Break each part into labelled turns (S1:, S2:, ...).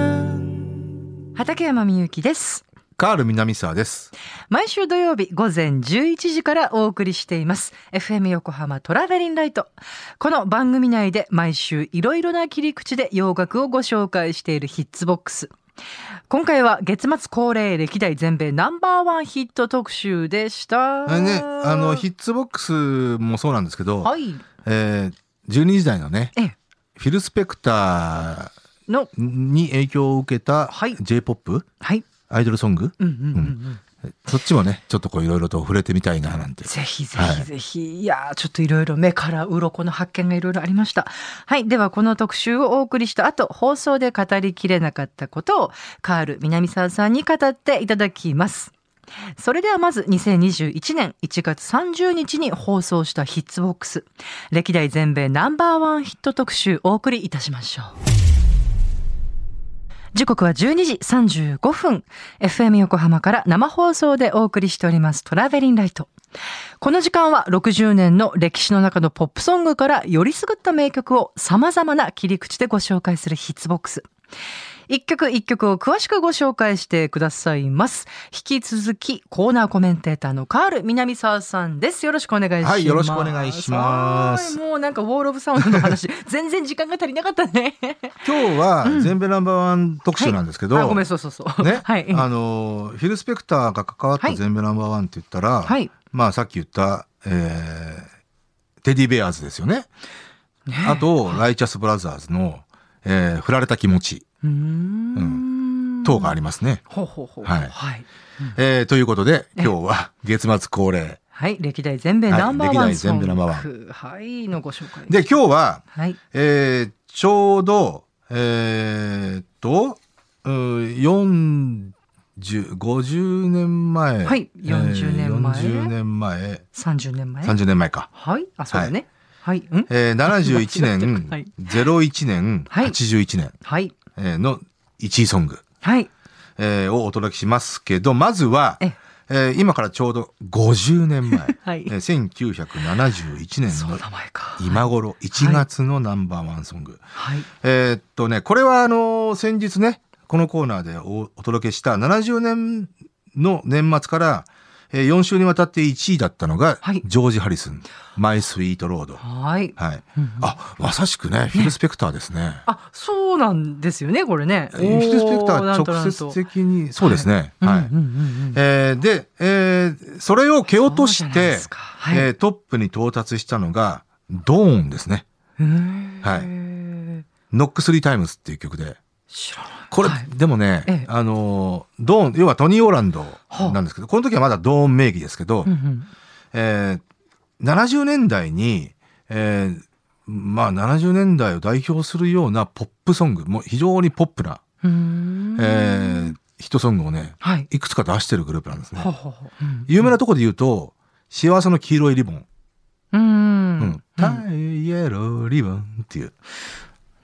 S1: seven.
S2: 畠山みゆきです
S3: カール南沢です。
S2: 毎週土曜日午前11時からお送りしています FM 横浜トラベリンライトこの番組内で毎週いろいろな切り口で洋楽をご紹介しているヒッツボックス今回は月末恒例歴代全米ナンバーワンヒット特集でした
S3: あれね、あの、ヒッツボックスもそうなんですけど、
S2: はい
S3: えー、12時代のね、
S2: ええ
S3: フィル・スペクタ
S2: の
S3: ーに影響を受けた
S2: はい
S3: J-POP、
S2: はい
S3: アイドルソング、
S2: うんうんうんうん
S3: そっちもね、ちょっとこういろいろと触れてみたいななんて。
S2: ぜひぜ
S3: は
S2: ひ
S3: い
S2: ぜひ、い、やーちょっといろいろ目から鱗の発見がいろいろありましたはいではこの特集をお送りした後放送で語りきれなかったことをカール南沢さんに語っていただきますそれではまず2021年1月30日に放送したヒッツボックス歴代全米ナンバーワンヒット特集お送りいたしましょう時刻は12時35分 FM 横浜から生放送でお送りしておりますトラベリンライトこの時間は60年の歴史の中のポップソングからよりすぐった名曲を様々な切り口でご紹介するヒッツボックス。一曲一曲を詳しくご紹介してくださいます。引き続きコーナーコメンテーターのカール南沢さんです。よろしくお願いします。
S3: はいよろしくお願いします
S2: はいもうなんかウォール・オブ・サウンドの話、全然時間が足りなかったね。
S3: 今日は全米ナンバーワン特集なんですけど、
S2: あごめん、そうそうそう。
S3: ね、
S2: はい。
S3: あの、フィル・スペクターが関わった
S2: はい
S3: 全米ナンバーワンって言ったら、
S2: はい
S3: まあさっき言った、えーテディベアーズですよね。あと、ライチャス・ブラザーズの、えー振られた気持ち
S2: うーん。
S3: 等がありますね。
S2: ほうほうほう。
S3: はい
S2: はい。
S3: えーということで、今日は月末恒例。
S2: はい、歴代全米ナンバーワ
S3: はい
S2: ン
S3: 歴代
S2: ソン
S3: 全
S2: グ、
S3: 米ナンバーワン
S2: はい、のご紹介。
S3: で、今日は、
S2: はい、
S3: えーちょうど、えーっと、うー40、50年前。
S2: はい
S3: えー
S2: 40年前
S3: 40年前。
S2: 三十年前。
S3: 30年前か。
S2: はい、あ、そうだね。はい、うん、
S3: えー、71
S2: 間違っ
S3: 年、
S2: てる
S3: 01年、
S2: はい
S3: 81年
S2: はい、
S3: えーの1位ソング、
S2: はい、
S3: えーをお届けしますけど、まずは
S2: え、
S3: えー今からちょうど50年前、
S2: はい
S3: えー1971年
S2: そう
S3: の
S2: 名前か。
S3: 今頃、1月のナンバーワンソング。
S2: はい、
S3: えーっとね、これはあのー先日ね、このコーナーでおお届けした70年の年末から、え4週にわたって1位だったのが、
S2: はい
S3: ジョージ・ハリスン、マイ・スイート・ロード。
S2: はい。
S3: はい
S2: うんうん。
S3: あ、まさしくね、フィル・スペクターですね。
S2: あ、そうなんですよね、これね。
S3: フィル・スペクター
S2: おなんと
S3: 直接的に、そうですね。
S2: なんと
S3: はい。
S2: うんうんうんうん
S3: えーで、えーそれを蹴落とし
S2: そうじゃない
S3: て
S2: です、かはい
S3: えートップに到達したのが、ドーンですね。
S2: うーん
S3: はいノック・スリー・タイムズっていう曲で。
S2: 知らない。
S3: これ、
S2: はい
S3: でもね、
S2: ええ
S3: あのー、ドーン、要はトニー・オーランドなんですけど、この時はまだドーン名義ですけど、
S2: うんうん
S3: えー70年代に、えーまあ70年代を代表するようなポップソング、もう非常にポップな、
S2: うーん
S3: えーヒットソングをね、
S2: はい。
S3: いくつか出してるグループなんですね
S2: ほう。ほうほううん
S3: 有名なとこで言うと、幸せの黄色いリボン。
S2: うーん
S3: う。ん。タイエローリボンっていう。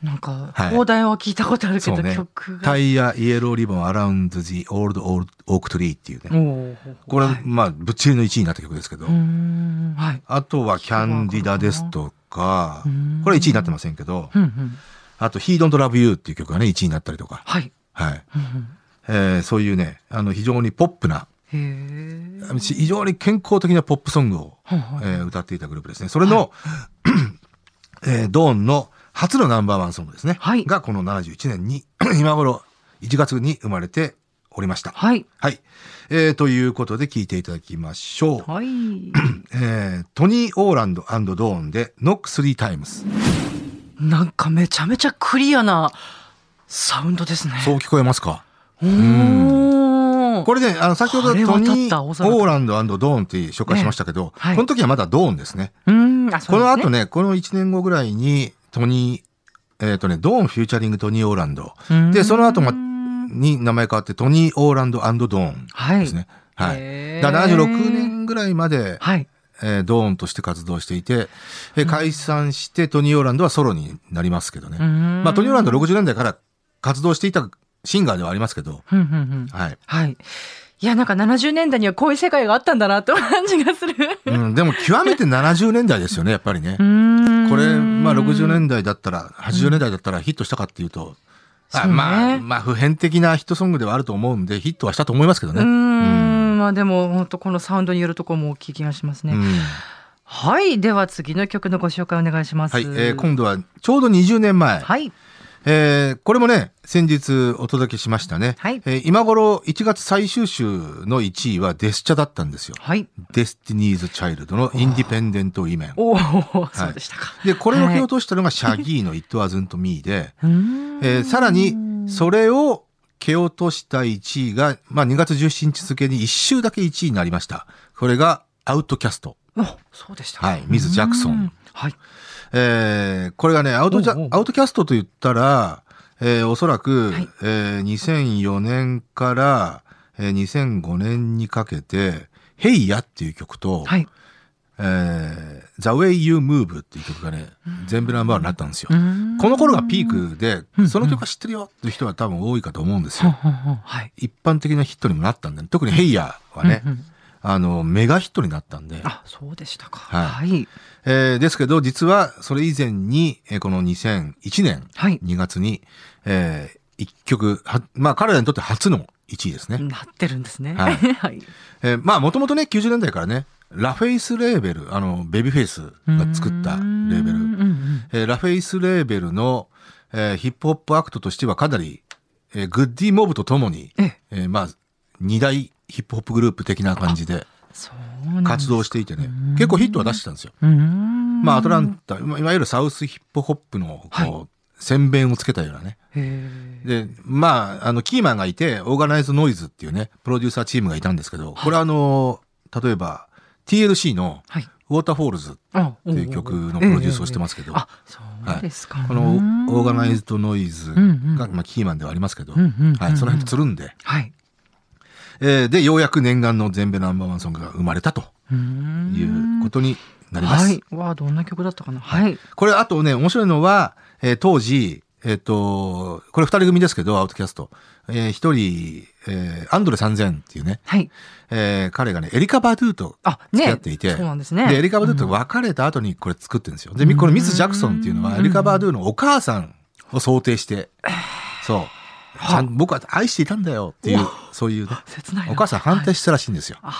S2: なんか、
S3: はい
S2: 放題は聞いたことあるけ
S3: そ
S2: ど、
S3: うね
S2: 曲が。
S3: タイヤイエローリボンアラウンドジオールドオークトリーっていうね。
S2: おー
S3: これ
S2: はい、
S3: まあ、ぶっちぎりの1位になった曲ですけど
S2: うー。んはい。
S3: あとはキャンディダですとか
S2: うん、
S3: これ1位になってませんけど
S2: う、んうん
S3: あと、He Don't Love You っていう曲がね、1位になったりとか。
S2: はい。
S3: はい。
S2: うんうん
S3: えーそういうね、あの、非常にポップな、
S2: へえ。
S3: 非常に健康的なポップソングを、
S2: はいはい
S3: えー歌っていたグループですね。それの、えードーンの初のナンバーワンソングですね。
S2: はい
S3: が、この71年に、 今頃、1月に生まれておりました。
S2: はい。
S3: はい。えーということで聞いていただきましょう。
S2: はい。
S3: えートニー・オーランドドーンで、ノック3タイムズ。
S2: なんかめちゃめちゃクリアなサウンドですね。
S3: そう聞こえますか
S2: おー
S3: これね、あの、先ほど
S2: あ
S3: ト
S2: れは立
S3: ニ
S2: った
S3: ー・
S2: 青
S3: オ
S2: 空と
S3: ーランドドーンって紹介しましたけど、
S2: はい
S3: この時はまだドーンですね。
S2: うーん。あ、そ
S3: こ
S2: う
S3: の
S2: です
S3: 後ね、この1年後ぐらいに、トニー、えっ、とね、ドーン・フューチャリング・トニー・オーランド。
S2: ね。
S3: で、その後
S2: も
S3: ま、に名前変わって、トニー・オーランドドーン
S2: はい。
S3: ですね。はい。
S2: へー
S3: だから76年ぐらいまで、
S2: はい。
S3: えードーンとして活動していて、えー解散して、トニー・オーランドはソロになりますけどね。ま
S2: ま
S3: あ、トニー・オーランド60年代から活動していたシンガーではありますけど、
S2: うんうんうん。
S3: はい。
S2: はい。いや、なんか70年代にはこういう世界があったんだなと感じがする。
S3: うん、でも極めて70年代ですよね、やっぱりね。
S2: うーん
S3: これ、まあ60年代だったら、80年代だったらヒットしたかっていうと、
S2: そうね
S3: まあ、まあ、普遍的なヒットソングではあると思うんで、ヒットはしたと思いますけど
S2: うー
S3: ね。
S2: んまあでも本当このサウンドによるところも大きい気がしますね、
S3: うん
S2: はいでは次の曲のご紹介お願いします
S3: はい、えー今度はちょうど20年前。
S2: はい
S3: えーこれもね、先日お届けしましたね。
S2: はい
S3: えー今頃1月最終週の1位はデスチャだったんですよ。
S2: はい
S3: デスティニーズ・チャイルドのインディペンデント・イメン。
S2: おお、そうでしたか
S3: で、これを蹴落としたのがシャギーの It Wasn't Me で、
S2: うーん
S3: えーさらにそれを蹴落とした1位が、まあ2月17日付に1週だけ1位になりました。これがアウトキャスト。
S2: おそうでしたか
S3: はいミズジャクソン
S2: うーんはい
S3: えーこれがね、アウトジャ
S2: おうおう
S3: アウトキャストと言ったら、えーおそらく、
S2: はい
S3: えー2004年から、えー2005年にかけて、ヘイヤっていう曲と、
S2: はい
S3: えー The Way You Move っていう曲がね、全部ナンバーワンになったんですよ。こ
S2: こ
S3: の頃がピークで
S2: う、ん
S3: その曲は知ってるよっていう人は多分多いかと思うんです
S2: はん
S3: よ。
S2: はんはんはい
S3: 一般的なヒットにもなったんで、特にヘイヤはね
S2: う、んうん
S3: あの、メガヒットになったんで。
S2: あそうでしたかは
S3: はいえーですけど、実はそれ以前に、えーこの2001年
S2: はい
S3: 2月に、えー一曲、はまあ彼らにとって初の1位ですね。
S2: なってるんですねは
S3: はい い
S2: はい
S3: えーまあもともとね、90年代からね、ラフェイスレーベル、あの、ベビーフェイスが作ったレーベ
S2: うーんうん
S3: ル、
S2: うん
S3: えーラフェイスレーベルの、えーヒップホップアクトとしてはかなり、えーグッディモブとともに、
S2: ええ
S3: えーまあ、二大ヒップホップグループ的な感じで
S2: そうなん
S3: 活動していてね
S2: うん、
S3: 結構ヒットは出してたんですよ。
S2: うーん
S3: まあ、アトランタ、まあいわゆるサウスヒップホップの、
S2: はい
S3: こう、宣弁をつけたようなね。
S2: へー
S3: で、まあ、あの、キーマンがいて、オーガナイズノイズっていうね、プロデューサーチームがいたんですけど、これはあの、例えば、TLC の
S2: はい
S3: ウォーターフォールズ
S2: あ
S3: っていう曲のプロデュースをしてますけど、
S2: あそうですか、
S3: このオーガナイズとノイズが、
S2: うんうん
S3: まあ、キーマンではありますけど、
S2: うんうんうんうん
S3: はい、その辺とつるんで、
S2: はい
S3: えーで、ようやく念願の全米ナンバーワンソングが生まれたと
S2: い
S3: いうことになります。
S2: はいわあどんな曲だったかなはい
S3: これ、あとね、面白いのは、えー当時、えっ、と、これ二人組ですけど、アウトキャスト。えー一人、えーアンドレ3000っていうね、
S2: はい
S3: えー彼がね、エリカ・バドゥーと
S2: あね
S3: 付き合っていて、
S2: そうなんですね
S3: エリカ・バドゥーと別れた後にこれ作ってるんですよ。で、みこのミス・ジャクソンっていうの
S2: う
S3: は、
S2: ん
S3: エリカ・バドゥーのお母さんを想 定して、そう。ちゃん僕は愛していたんだよっていう
S2: う、
S3: そういうね、
S2: 切ないな
S3: お母さん反
S2: はい
S3: 対してたらしいんですよ。
S2: あ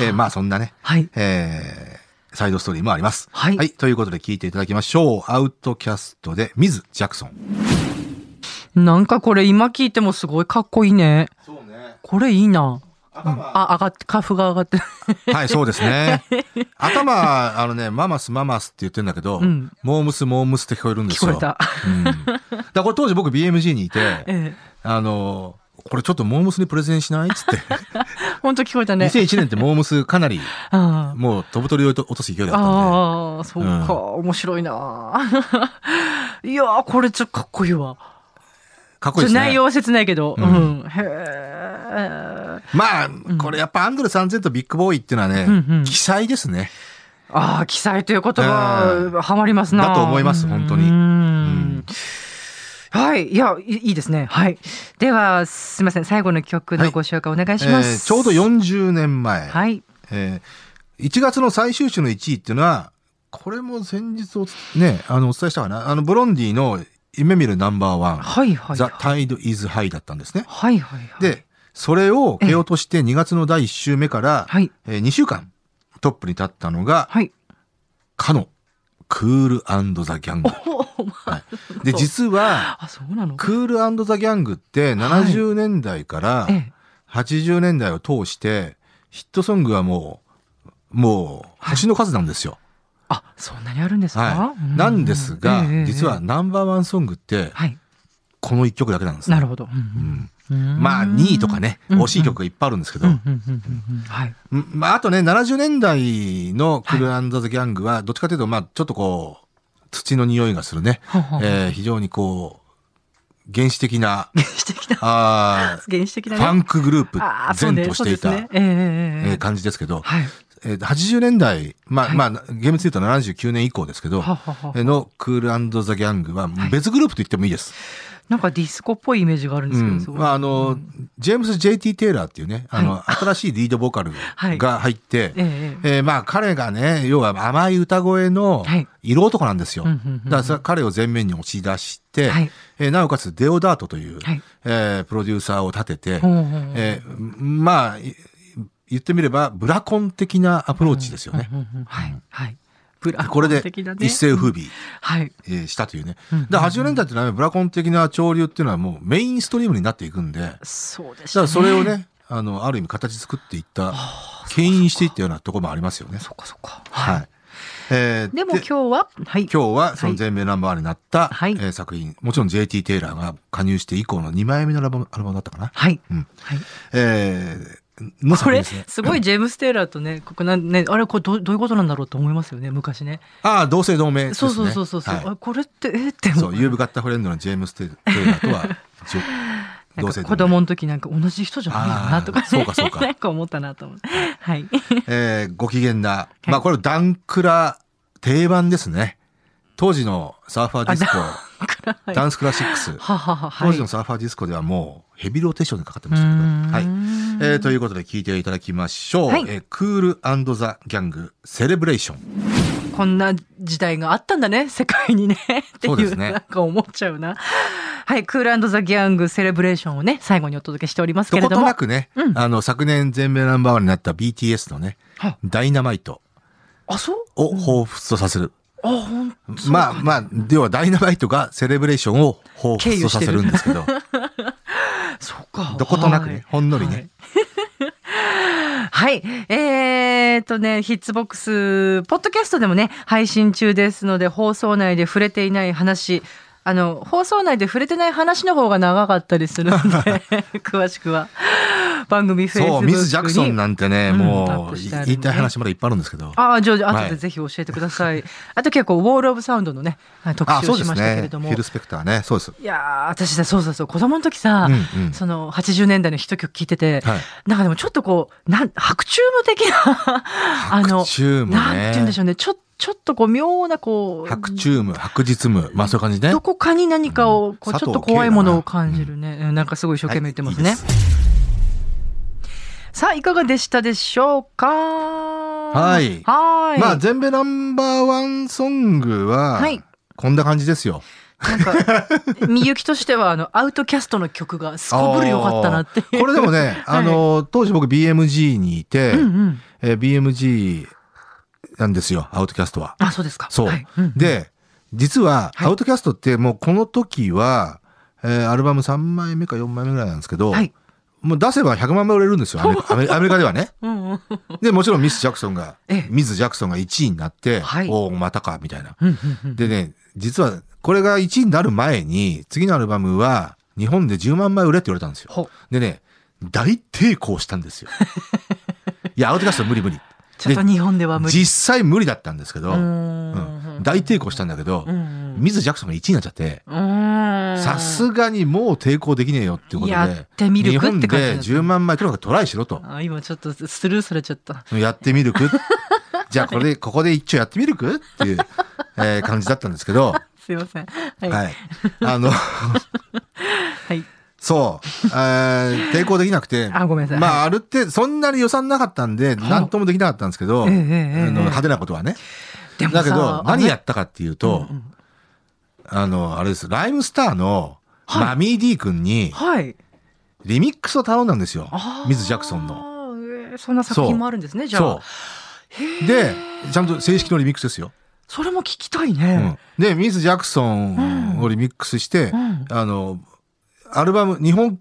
S3: えーまあそんなね、
S2: はい
S3: えーサイドストーリーもあります。
S2: はい
S3: ということで聞いていただきましょう。アウトキャストで、ミズ・ジャクソン。
S2: なんかこれ今聞いてもすごいかっこいいね
S3: そうね。
S2: これいいな
S3: 頭、
S2: あ上がってカフが上がってる
S3: はい、そうですね。頭、あのね、ママス、ママスって言ってんだけど、
S2: うん
S3: モームス、モームスって聞こえるんです
S2: 聞
S3: よ。
S2: こえた。
S3: うん。だからこれ当時僕 BMG にいて、
S2: え
S3: あの、これちょっとモームスにプレゼンしないっつって。
S2: え本当聞こえたね
S3: 2001年ってモームスかなり、
S2: あー
S3: もう飛ぶ鳥を落とす勢いだったんで。
S2: あーそうか、面白いな いやーこれちょっとかっこいいわ
S3: かっこいいで
S2: ち
S3: す
S2: ょ
S3: ね。
S2: 内容は切ないけど、う
S3: うんん
S2: へえ
S3: まあ、これやっぱアンドレ3000とビッグボーイっていうのはね、
S2: うんうん
S3: 記載ですね。
S2: ああ記載という言葉、
S3: うん
S2: はまりますな
S3: だと思います本当に
S2: うーん
S3: ん
S2: はいいやいいいですねはいではすいません最後の曲のご紹介お願いします、
S3: えーちょうど40年前、
S2: はい
S3: えー1月の最終週の1位っていうのはこれも先日おつねあのお伝えしたかなあのブロンディの「夢見るナンバーワン」
S2: はいはい
S3: ザ・
S2: は
S3: タイド・イズ・ハイ」だったんですね。
S2: いはいはい
S3: でそれを蹴落として2月の第1週目から、
S2: はい
S3: え2週間トップに立ったのが、
S2: はい
S3: かのクールザ・ギャング。
S2: おおまあ
S3: はい、で実は
S2: あそうなの
S3: クールザ・ギャングって70年代から、
S2: ええ
S3: 80年代を通してヒットソングはもうもう
S2: はい
S3: 星の数なんですよ。
S2: あそんなにあるんですか、
S3: は
S2: う
S3: い、なんですが、
S2: ええええ
S3: 実はナンバーワンソングって
S2: はい
S3: この1曲だけなんです、ね、
S2: なるほど、
S3: うん
S2: うん
S3: まあ2位とかね、
S2: うん
S3: 惜しい曲がいっぱいあるんですけ
S2: う
S3: ど、
S2: んうんうんうんうんはい
S3: うんまあ、あとね70年代の「クルーザ・ギャング」はどっちかというとまあちょっとこう土の匂いがするね、
S2: はあはあ
S3: えー非常にこう原始的な
S2: 原始的な
S3: あ
S2: 原始的
S3: ー
S2: な
S3: フ
S2: ね
S3: ァンクグループ
S2: あーそう
S3: 前
S2: ね
S3: としてい
S2: そう
S3: た、
S2: ですねええええええ
S3: えー感じですけど、
S2: はい
S3: えー80年代、まあ、
S2: はい
S3: まあ、厳密に言うと79年以降ですけど、
S2: ははは
S3: えーのクールザ・ギャングは別グループと言ってもいいです。
S2: なんかディスコっぽいイメージがあるんですけど、す
S3: う
S2: ご
S3: ん
S2: い
S3: まあ、あ
S2: う
S3: の、
S2: ん
S3: ジェームス・ JT ・テイラーっていうね、あの、
S2: は
S3: 新しいリードボーカル
S2: はい
S3: が入って、
S2: ええええ
S3: えーまあ彼がね、要は甘い歌声の
S2: はい
S3: 色男なんですよ。
S2: うんうんうんうん
S3: だからさ彼を前面に押し出して、
S2: はい
S3: えーなおかつデオダートという、
S2: はい
S3: えープロデューサーを立てて、
S2: ほうほうほう
S3: えーまあ、い言ってみればブラコン的なアプローチですよね。
S2: うんうんうんはいはいブラ
S3: これで
S2: 的なね
S3: 一世風靡、
S2: はい
S3: えーしたというね
S2: うんうん。
S3: だから80年代ってのはねブラコン的な潮流っていうのはもうメインストリームになっていくんで、だか
S2: そうでした、
S3: ら
S2: ね、
S3: それをね、あの、ある意味形作っていった、牽引していったようなところもありますよね。
S2: そっかそっか
S3: はい。えー
S2: でも今日ははい
S3: 今日はその全米ナンバーワンになった、
S2: はい
S3: えー作品、もちろん JT ・テイラーが加入して以降の2枚目のアルバムアルバムだったかな、
S2: はい、
S3: うん
S2: はい
S3: えー
S2: こ
S3: の作品
S2: れ
S3: ですね。
S2: すごいジェームス・テイラーとねここなんねあれこれどうどういうことなんだろうと思いますよね昔ね
S3: ああ、同姓同名です
S2: そ
S3: ね。
S2: うそうそうそうそう、
S3: はい
S2: あこれってえーって思
S3: そう、ユーブカッタフレンドのジェームス・テイラーとは、じょ
S2: なんか
S3: 同姓
S2: 子
S3: 同名。
S2: 供の時なんか同じ人じゃないよなとか、ね、
S3: あーそうかそうか
S2: なんか思ったなと思うはい
S3: えーご機嫌な。まあ、これ、ダンクラ定番ですね。当時のサーファーディスコ、
S2: はい
S3: ダンスクラシックス。
S2: はははは
S3: 当
S2: い
S3: 時のサーファーディスコではもうヘビーローテーションにかかって
S2: う
S3: ましたけど。
S2: ーん
S3: はい。えーということで聞いていただきましょう。
S2: はい
S3: えークールザ・ギャング、セレブレーション。
S2: こんな時代があったんだね世界にねってい
S3: そうで
S2: う
S3: すね
S2: なんか思っちゃうなはいクールザ・ギャングセレブレーションをね最後にお届けしております
S3: と
S2: けれ
S3: こと
S2: ども
S3: なくね、
S2: うん
S3: あの、昨年全米ナンバーワンになった BTS のね、
S2: は
S3: ダイナマイト
S2: あそう
S3: を彷彿とさせる。
S2: あほんそう
S3: まあまあ、ではダイナマイトがセレブレーションを彷彿とさせるんですけど、
S2: そうか
S3: どことなくね、
S2: はい
S3: ほんのりね。
S2: はい。えー、っとね、ヒッツボックス、ポッドキャストでもね、配信中ですので、放送内で触れていない話、あの、放送内で触れてない話の方が長かったりするんで、 詳しくは。番組フェイス
S3: そう、ミス・ジャクソンなんてね、
S2: うんアッ
S3: もう、
S2: プ
S3: い
S2: してあるんでね
S3: 言いたい話まだいっぱいあるんですけど。
S2: ああ、じゃあ、後
S3: は
S2: で
S3: い
S2: ぜひ教えてください。あと結構、ウォール・オブ・サウンドのね、特
S3: あ、
S2: 集
S3: そ
S2: を
S3: うで
S2: し
S3: す
S2: ましたけ
S3: ね
S2: れ。
S3: フ
S2: ども。
S3: ィル・スペクターね、そうです。
S2: いやー、私さ、そうそうそう、子供の時さ、
S3: うんうん
S2: その80年代のヒット曲聴いてて、
S3: はい。
S2: なんかでもちょっとこう、なん、白昼夢的な、あの
S3: 白、昼夢ね。
S2: なんて言うんでしょうね。ちょ、ちょっとこう妙なこう、
S3: 白昼夢、白日夢、まあそういう感じね。
S2: どこかに何かを、こ
S3: うん
S2: う、
S3: 佐
S2: ちょ
S3: 藤
S2: っと怖いものを感じるね。うんなんかすごい一生
S3: は
S2: 懸
S3: い
S2: 命言ってますね。
S3: いいです
S2: さあ、いかがでしたでしょうか
S3: い
S2: はーい。
S3: まあ全米ナンバーワンソングは
S2: はい、
S3: こんな感じですよ。
S2: なんか、みゆきとしては、あの、アウトキャストの曲がすこぶる良かったなっていう。
S3: これで もね、
S2: はい
S3: あの、当時僕 BMG にいて、
S2: うんうん。
S3: えー BMG なんですよ、アウトキャストは。
S2: あ、そうですか。
S3: そう
S2: はいうん
S3: で、実は、
S2: はい
S3: アウトキャストってもうこの時は、えーアルバム3枚目か4枚目ぐらいなんですけど、
S2: はい。
S3: もう出せば100万枚売れるんですよ、アメ リカアメリカアメリカではね。
S2: うんうん。
S3: で、もちろんミス・ジャクソンが
S2: ええ、
S3: ミズ・ジャクソンが1位になって、
S2: はい
S3: おお、またか、みたいな。
S2: うんうんうん
S3: でね、実はこれが1位になる前に、次のアルバムは日本で10万枚売れって言われたんですよ。
S2: ほ
S3: でね、大抵抗したんで すよ。いや、アウトキャスト無理無理。
S2: ちょっと日本では無理。
S3: 実際無理だったんですけど、
S2: うー
S3: うん
S2: ん
S3: 大抵抗したんだけど
S2: う、ん
S3: ミズ・ジャクソンが1位になっちゃって、
S2: うん。
S3: さすがにもう抵抗できねえよっていうことで、
S2: やってみるく
S3: 日
S2: って感
S3: 本
S2: じ
S3: で
S2: だった
S3: 10万枚とにかくトライしろと。
S2: あ今ちょっとスルーされちゃった。
S3: やってみる くじゃあこれで、ここで一丁やってみるくっていう、えー感じだったんですけど、
S2: すいません。はい。は
S3: はい。あの、
S2: い。
S3: そう。えー抵抗できなくて。
S2: あごめんなさい
S3: まあ、あるって、そんなに予算なかったんで、
S2: い
S3: なんともできなかったんですけど、
S2: ええええええ
S3: あの派手なことはね。
S2: でもさ
S3: だけど、何やったかっていうと、
S2: うんうん
S3: あの、あれです、ライムスターの、
S2: はい
S3: マミー D 君に、
S2: はい。
S3: リミックスを頼んだんですよ
S2: あ。ー
S3: ミズ・ジャクソンの。
S2: えーそんな作品もあるんですね、じゃあ。
S3: そう。で、ちゃんと正式のリミックスですよ。
S2: それも聞きたいうね
S3: ん。で、ミズ・ジャクソンをリミックスして、
S2: うん
S3: あの、アルバム、日本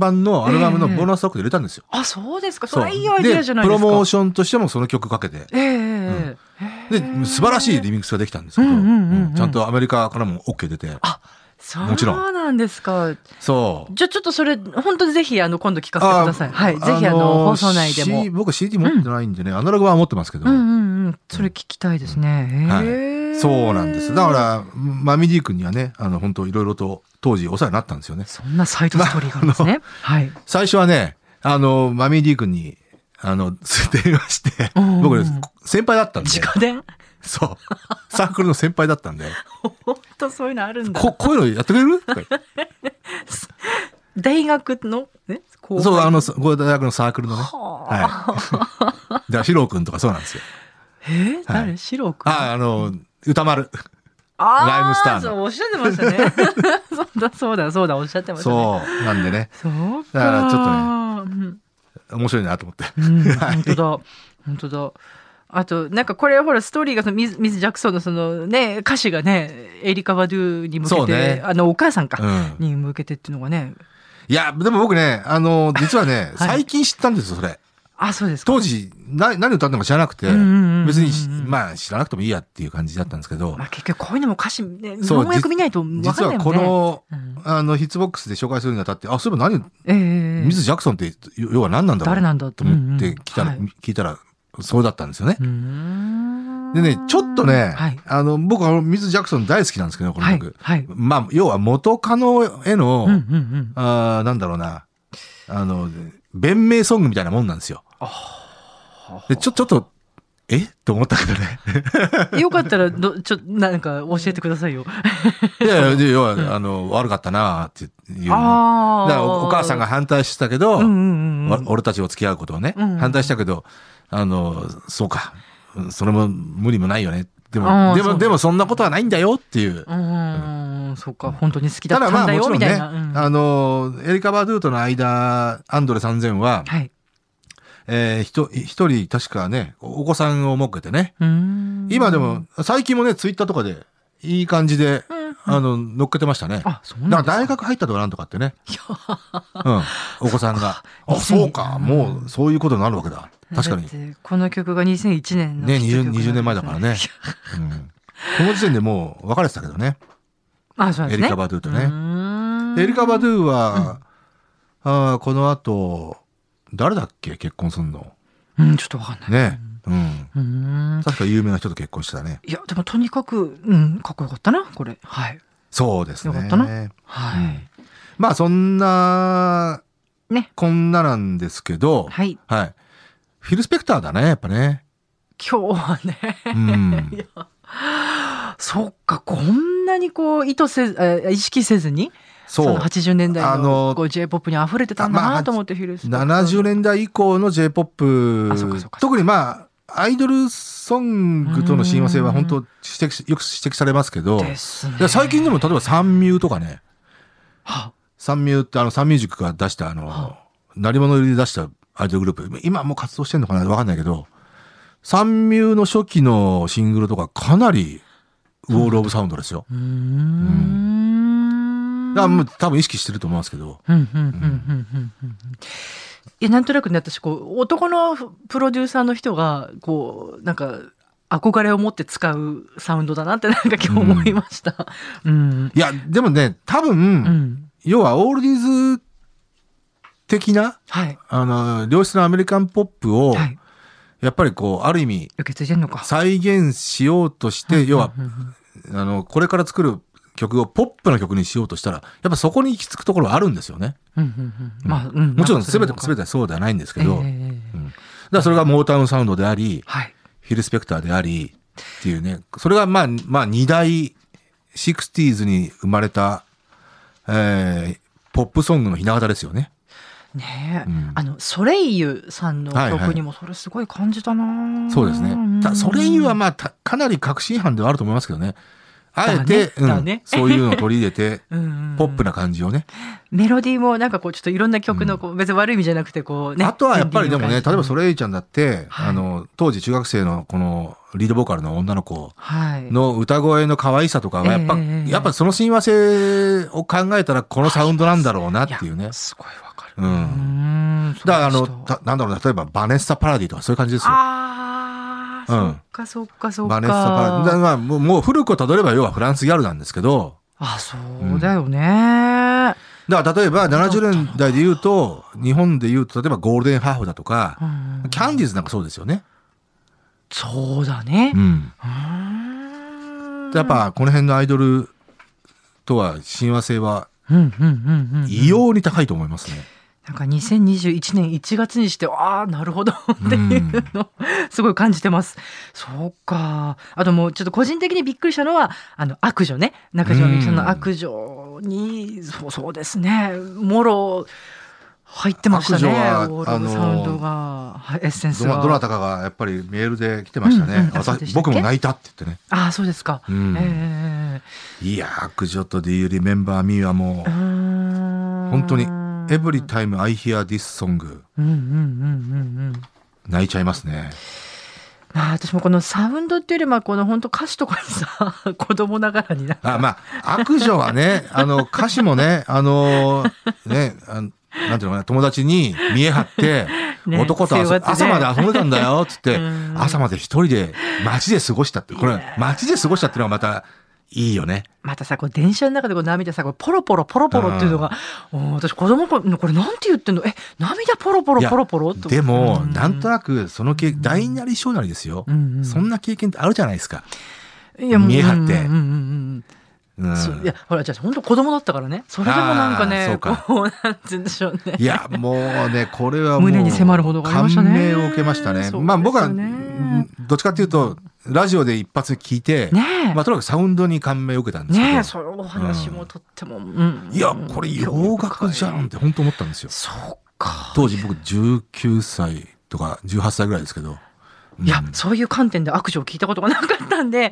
S3: 版のアルバムのボーナストラックで入れたんですよ。
S2: あ、そうですか。そ
S3: そう
S2: れはいいアイデアじゃないですか。
S3: プロモーションとしてもその曲かけて。
S2: ええええええ
S3: で、素晴らしいリミックスができたんですけど、
S2: うんうんうんうん
S3: うんちゃんとアメリカからも OK 出て。
S2: あ、そう
S3: もちろん
S2: なんですか。
S3: そう。
S2: じゃあちょっとそれ、本当にぜひ、あの、今度聞かせてください。はい。ぜひ、あの、放送内でも
S3: C。僕 CD 持ってないんでね、アナログは持ってますけど、
S2: うんうんうん。それ聞きたいですね。
S3: はい
S2: へえ
S3: そうなんです。だから、マミディ君にはね、あの、本当いろいろと当時お世話になったんですよね。
S2: そんなサイドストーリーがあるんですね。 はい。
S3: 最初はね、あの、マミディ君に、あの、電話して
S2: うんうん、
S3: 僕、先輩だったんで、
S2: 直伝
S3: そう。サークルの先輩だったんで、
S2: 当そういうのあるんだ。
S3: ここういうのやってくれるとか言って
S2: 大学の、ね、後輩
S3: そう、あの、ご大学のサークルのね。
S2: は あ
S3: はい。だから、ヒロ君とかそうなんですよ。
S2: えー、誰、シロ君。
S3: あ、あの、歌丸。
S2: あー
S3: ライムスターの
S2: そう、おっしゃってましたね。 そうだ、そうだ、そうだ、おっしゃってましたね。
S3: そう。なんでね、
S2: そう。か。
S3: だからちょっと
S2: うん
S3: 面白いなと思って。
S2: うん、本当だ。本当だ。あと、なんかこれほら、ストーリーがそのミズ、ミズ・ジャクソンのそのね、歌詞がね、エリカ・バドゥに向け
S3: そう
S2: て、
S3: ね
S2: あの、お母さんか、
S3: うん。
S2: に向けてっていうのがね、
S3: いや、でも僕ね、あの、実はね、
S2: はい
S3: 最近知ったんですよ、それ。
S2: あ、そうですか。
S3: 当時、な、何歌ってのか知らなくて、
S2: うんうんうんうん
S3: 別に、まあ、知らなくてもいいやっていう感じだったんですけど
S2: ま、あ結局こういうのも歌詞、ね、日
S3: そう
S2: 本語訳見ないと分か
S3: 実
S2: んないも
S3: はこ
S2: んね。
S3: の、
S2: うん
S3: あの、ヒッツボックスで紹介するにあたって、あ、そういえば何、
S2: ええ
S3: ミズ・ジャクソンって、よ要は何なんだろう
S2: 誰なんだ
S3: と思ってきたら、
S2: うんうんはい
S3: 聞いたら、そうだったんですよね
S2: う。ん
S3: でね、ちょっとね、
S2: はい。
S3: あの、僕はあのミズ・ジャクソン大好きなんですけど、この
S2: はい
S3: 曲。。
S2: はい。
S3: まあ、要は元カノへの、
S2: うんうんうん。
S3: あーなんだろうな、あの、弁明ソングみたいなもんなんですよ。で、ちょ、ちょっと、えと思ったけどね。
S2: よかったらど、ちょ、なんか教えてくださいよ。
S3: いやいやで、要は、あの、悪かったなーっていう。だか
S2: ああ。
S3: らお、お母さんが、反対してたけど、
S2: うんうんうん
S3: わ俺たちを付き合うことをね、
S2: うん
S3: 反対したけど、あの、そうか、うんそれも無理もないよね。で
S2: あー
S3: も、で
S2: そう
S3: も、
S2: ね
S3: でもそんなことはないんだよっていう。
S2: うん。うん、そっか、本当に好きだ
S3: た
S2: った
S3: だ
S2: ん
S3: まあ
S2: だ
S3: も
S2: よ、
S3: ちろ
S2: み
S3: ん
S2: た
S3: ね、
S2: いな。うん
S3: あの、エリカ・バドゥーとの間、アンドレ3000は、
S2: はい。
S3: えー、ひと、一人確かね、おお子さんを設けてね、
S2: うん
S3: 今でも、最近もね、ツイッターとかで、いい感じで、
S2: うん
S3: あの、乗っけてましたね。
S2: あ、そう
S3: だか
S2: な
S3: ら
S2: んです
S3: 大
S2: か。
S3: 学入ったとかなんとかってね。うん。お子さん が。あ、そうか。もう、そういうことになるわけだ。確かに
S2: だっ。てこの曲が2001年の
S3: ね、
S2: ヒット曲
S3: 20,
S2: なんです
S3: 20年前だからね。うん。この時点でもう別れてたけどね。
S2: あ、そうなんです
S3: エリ
S2: ね。
S3: カ・バドゥとね。
S2: ね
S3: エリカ・バド
S2: ゥ
S3: ゥは、あーこの後、誰だっけ結婚すんの。
S2: うん、ちょっとわかんない。
S3: ね。うん。
S2: うん。
S3: 確か有名な人と結婚してたね。
S2: いや、でもとにかく、うん、かっこよかったな、これ。はい。
S3: そうですね。
S2: よかったなはい。
S3: うんまあそんな、
S2: ね。
S3: こんななんですけど、
S2: はい。
S3: はい。フィル・スペクターだね、やっぱね。
S2: 今日はね。
S3: うん。
S2: そっか、こんなにこう、意図せず、えー意識せずに、そ
S3: そう
S2: の。80年代
S3: あ
S2: の
S3: の
S2: こう J-POP に溢れてたんだ
S3: ま
S2: な
S3: あ
S2: と思って、フィルスペクター
S3: 70年代以降の J-POP
S2: あそうかそうか、
S3: 特にまあ、アイドルソングとの親和性は本当指摘、よく指摘されますけど、
S2: ですね
S3: いや最近でも例えばサンミューとかね、
S2: は
S3: サンミューってあのサンミュージックが出したあの、鳴り物入りで出したアイドルグループ、今もう活動してんのかなわかんないけど、サンミューの初期のシングルとかかなりウォール・オブ・サウンドですよ。
S2: うーん。
S3: だからもう多分意識してると思いますけど。
S2: うんうんうんうんうんうんうんいや、なんとなくね、私、こう、男のプロデューサーの人が、こう、なんか、憧れを持って使うサウンドだなって、なんか今日思いました。うん。
S3: いや、でもね、多分、
S2: うん。
S3: 要はオールディーズ的な、
S2: はい。
S3: あの、良質なアメリカンポップを、
S2: はい。
S3: やっぱりこう、ある意味、
S2: 受け継いでんのか。
S3: 再現しようとして、要は、あの、これから作る曲をポップな曲にしようとしたら、やっぱそこに行き着くところはあるんですよね。
S2: うんうんうん。まあ、うん。
S3: もちろん全て、全
S2: て
S3: てそうではないんですけ
S2: け
S3: ど、
S2: ど。ええええ
S3: だか
S2: ええ
S3: らそれがモータウンサウンドであり、
S2: はい。
S3: フィル・スペクターであり、っていうね、それがまあ、まあ二大、60s に生まれた、えー、ポップソングのひな形ですよね。
S2: ねえ、
S3: うん
S2: あのソレイユさんの
S3: はいはい
S2: 曲にもそれすごい感じたな、
S3: そうですね。たそれにはまあた、かなり確信犯ではあると思いますけどね。あえて、
S2: だねだね
S3: うん、そういうのを取り入れて、
S2: うんうんうん
S3: ポップな感じをね。
S2: メロディーもなんかこうちょっといろんな曲のこう、別に悪い意味じゃなくてこうね
S3: あとはやっぱりでもね、例えばソ
S2: れ
S3: レイユちゃんだって、
S2: はい
S3: あの、当時中学生のこのリードボーカルの女の子
S2: はい
S3: の歌声の可愛さとかはやっぱ、
S2: ええ
S3: やっぱその親和性を考えたらこのサウンドなんだろうなっていうね
S2: や。すごいわかる
S3: う。
S2: うんん
S3: だからあ
S2: そ
S3: の、
S2: うでした
S3: たなんだろうな、例えばバネッサ・パラディとかそういう感じですよ。
S2: あー、
S3: うん
S2: そっかそっかそっか
S3: バネッサ・パラディ。だからまあもうもう古くをたどれば要はフランスギャルなんですけど、
S2: あそうだよね、
S3: だから例えば70年代で言うと、日本で言うと、例えばゴールデンハーフだと
S2: う
S3: か、
S2: ん
S3: キャンディーズなんかそうですよね。
S2: そうだね
S3: うん。
S2: うん
S3: やっぱこの辺のアイドルとは親和性は
S2: うんうんうんうん
S3: 異様に高いと思いますね。
S2: なんか2021年1月にしてああなるほどっていうのを すごい感じてます。そうかあともうちょっと個人的にびっくりしたのはあの悪女ね中島みゆきさんの悪女にそうそうですねもろ入ってましたね
S3: 悪
S2: オ
S3: 女は
S2: ーロラサウンドが、はいエッセンス
S3: どな
S2: が。
S3: どなたかがやっぱりメールで来てましたね、
S2: うんうんあそうでし
S3: 私
S2: たっけ
S3: 僕も泣いたって言ってね、
S2: ああそうですか。
S3: うん
S2: え
S3: いやー悪女と Do You Remember Me はも
S2: え
S3: う
S2: 本
S3: 本当に Every time I hear this song
S2: うんうんうんうんうん。
S3: 泣いちゃいますね
S2: まあ私もこのサウンドっていうよりはこの本当歌詞とかにさ 子供ながらにな
S3: あまあ悪女はねあの歌詞もねあのねあのなんていうのかな友達に見え張って、
S2: ね
S3: 男と遊
S2: 強がってね
S3: 朝まで遊んでたんだよっつっ て
S2: うん
S3: 朝まで一人で街で過ごしたってこ
S2: い
S3: れ
S2: や
S3: 街で過ごしたっていうのはまたいいよね
S2: またさこう電車の中でこう涙さこうポロポロポロポロっていうのが、うん私子供の頃これなんて言ってんのえ涙ポロポロポロポロと
S3: でもなんと
S2: な
S3: なくその経大なり小なりですよ、
S2: うんうん
S3: そんな経験ってあるじゃないですか、
S2: いやもう
S3: 見え張って
S2: うんうんうん
S3: うん
S2: うんそういやほらじゃあ本当子供だったからねそれでもなんか
S3: あー
S2: ね
S3: そうか
S2: こうなんて言うんでしょうね
S3: いや、もうね、これはもう。
S2: 胸に迫るほどがありましたね
S3: 感銘を受けましたね。
S2: そう
S3: まあ僕は、
S2: で
S3: う
S2: すよね
S3: んどっちかっていうと、ラジオで一発聞いて、
S2: ねえ、
S3: まあとにかくサウンドに感銘を受けたんですけど、
S2: ねえそのお話もとっても、うん
S3: いや、これ洋楽じゃんって本当思ったんですよ。
S2: そうか
S3: 当時僕19歳とか18歳ぐらいですけど。うん
S2: いや、そういう観点で悪女を聞いたことがなかったんで、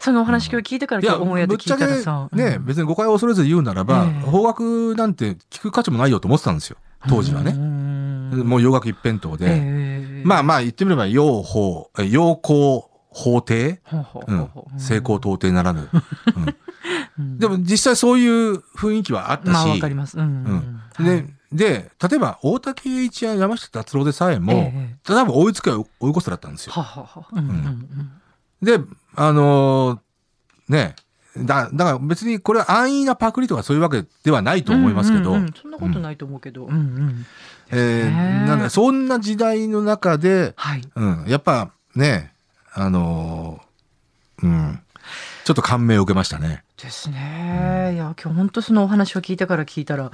S2: そのお話今日聞いてから
S3: い
S2: 今
S3: や、
S2: 日思いやって
S3: ぶっち
S2: 聞
S3: ゃ
S2: い
S3: け
S2: たらさ。
S3: ね、
S2: うん
S3: 別に誤解を恐れず言うならば、
S2: ええ
S3: 邦楽なんて聞く価値もないよと思ってたんですよ。当時はね。
S2: ね
S3: もう洋楽一辺倒で。まあまあ言ってみれば、用法、え用法法廷うん、成功到底ならぬ、うんで
S2: も、
S3: も実際そういう雰囲気はあったし、
S2: まあわかります。うん
S3: うんでで例えば大竹栄一や山下達郎でさえも、
S2: ええ
S3: 例えば追いつけ追い越せだったんですよ。
S2: ははは。うんうんうん
S3: であのーねだだから別にこれは安易なパクリとかそういうわけではないと思いますけ
S2: う
S3: ど、
S2: んうんうんそんなことないと思うけど。うんうん
S3: えーなんだそんな時代の中で、
S2: はい。
S3: うん、やっぱねあのーうんちょっと感銘を受けましたね。
S2: ですね。いや、今日本当そのお話を聞いてから聞いたら、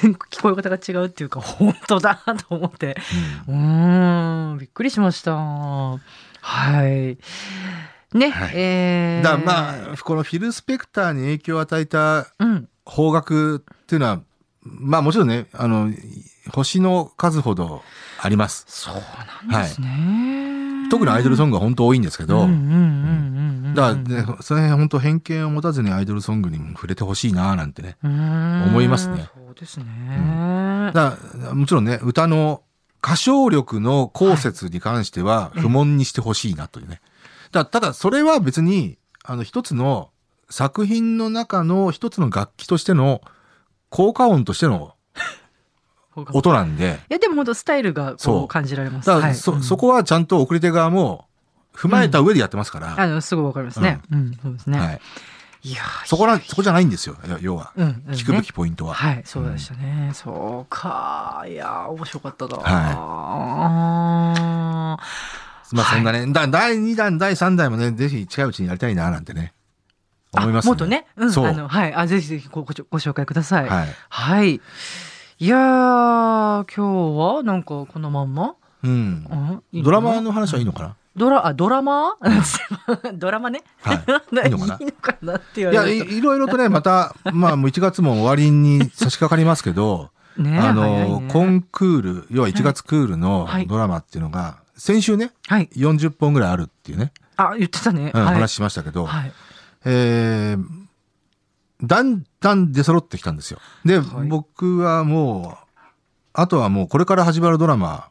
S2: 全然聞こえ方が違うっていうか、 本当だなと思って。
S3: うん
S2: うーん、びっくりしました。はい。ね、
S3: はい
S2: えー、
S3: だからまあこのフィル・スペクターに影響を与えた
S2: うん、
S3: 方角っていうのはまあもちろんねあの星の数ほどあります
S2: そうなんですね。
S3: 特にアイドルソングは本当多いんですけど、
S2: うんうんうんうんうん、
S3: だから、ね、その辺本当偏見を持たずにアイドルソングにも触れてほしいななんてね
S2: うーん
S3: 思いますね
S2: そうですね。
S3: だからもちろんね歌の歌唱力の後説に関しては不問にしてほしいなというね、だただそれは別にあの一つの作品の中の一つの楽器としての効果音としての
S2: そうかい
S3: 音なんで、
S2: や、でも本当スタイルが
S3: そ
S2: こ
S3: う
S2: う感じられます。
S3: だか
S2: は
S3: ら
S2: い
S3: そ、
S2: うん
S3: そこはちゃんと送り手側も踏まえた上でやってますから、
S2: あの、すごいわかりますね。うん、そうですね。
S3: はい、
S2: い、やー
S3: そこら、そこじゃないんですよ、要要は。
S2: うん、うん
S3: 聞くべきポイントは。
S2: はい、そうでしたね。そうか。いやー、面白かったな。あー
S3: まあ
S2: はい
S3: そんなね、だ第2弾、第3弾もね、ぜひ近いうちにやりたいな、なんてね、思います
S2: あもっとね、うん、
S3: そう
S2: あの、はい、あ、ぜひぜひごご紹ご紹介ください。はい。
S3: はい。
S2: い、やー、今日はなんかこのまんま、
S3: うん
S2: う。ん、いいの
S3: ドラ
S2: かな
S3: マの話はいいのかな
S2: ドラ、あ、ドラマ ドラマね。
S3: はいいいのかな
S2: いいのかなって言わ
S3: いや
S2: れ
S3: い、
S2: る
S3: いろいろとね、また、 まあ、もう1月も終わりに差し掛かりますけど、
S2: と。 ね
S3: あ
S2: 早い
S3: の、
S2: ね
S3: コンクール、要は1月クールの
S2: はい
S3: ドラマっていうのが、先週ね、
S2: はい。
S3: 40本ぐらいあるっていうね、
S2: あ、言ってたね。
S3: うん
S2: はい、
S3: 話しましたけど、
S2: はい。
S3: えーだんだん出揃ってきたんですよ。で、
S2: はい
S3: 僕はもう、あとはもうこれから始まるドラマ、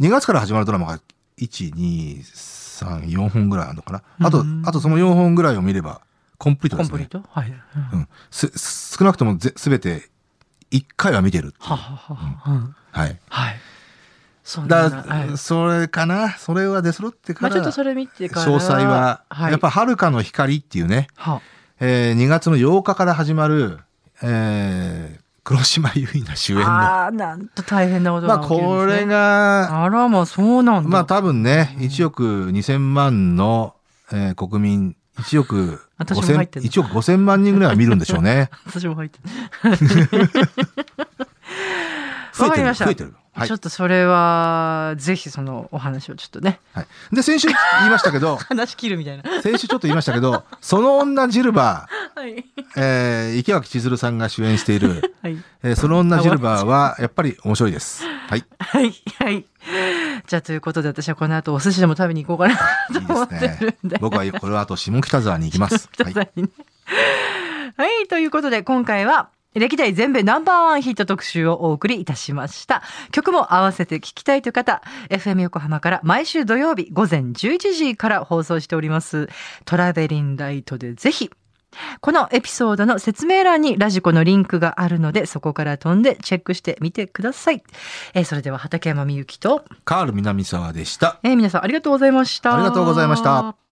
S3: 2月から始まるドラマが、1、2、3、4本ぐらいあるのかな。あ
S2: う
S3: と
S2: ん、
S3: あとその4本ぐらいを見れば、コンプリート
S2: コ
S3: で
S2: ン
S3: す
S2: プリー
S3: ね。
S2: トはい。うん
S3: うん、すす少なくともぜ全て1回は見てるっていう
S2: はははは、うん。
S3: はい。
S2: はい。そうな
S3: だ
S2: んだ。はい
S3: それかな。それは出揃ってか
S2: まあ
S3: ら、
S2: ちょっと
S3: 詳
S2: それ見てから。
S3: 細は、
S2: はい。
S3: やっぱ、遥かの光っていうね、
S2: は。
S3: えー2月の8日から始まる、えー黒島結菜主演の。ま
S2: ああ、なんと大変なこと
S3: あ
S2: が起きるんですね
S3: これが、
S2: あら、まあそうなんだ。
S3: まあ多分ね、
S2: うん
S3: 1億2000万の、えー国民、1億
S2: 私も入って
S3: 5000、
S2: んの
S3: 1億5000万人ぐらいは見るんでしょうね。
S2: 私も入ってる。
S3: 増
S2: わ
S3: え
S2: か
S3: て
S2: り
S3: る
S2: ました
S3: 増えてる、はい
S2: ちょっとそれは、ぜひそのお話をちょっとね、
S3: はい、で先週言いましたけど
S2: 話切るみたいな。
S3: 先週ちょっと言いましたけど「その女ジルバ
S2: はい。
S3: ー」えー池脇千鶴さんが主演している
S2: はい。
S3: 「えーその女ジルバー」はやっぱり面白いです。はい、
S2: はい。はい。じゃあ、ということで私はこの後お寿司でも食べに行こうか
S3: い
S2: なと思
S3: い
S2: っ
S3: で
S2: て
S3: す
S2: る
S3: ね
S2: んで。。
S3: 僕はこれはあと下北沢に行 きます。
S2: く
S3: は
S2: だ
S3: い
S2: さいね。はい、ということで今回は歴代全米ナンバーワンヒット特集をお送りいたしました。曲も合わせて聴きたいという方、FM 横浜から毎週土曜日午前11時から放送しております。トラベリンライトでぜひ。このエピソードの説明欄にラジコのリンクがあるので、そこから飛んでチェックしてみてください。えーそれでは畠山みゆきと、
S3: カール南沢でした。
S2: えー皆さんありがとうございました。
S3: ありがとうございました。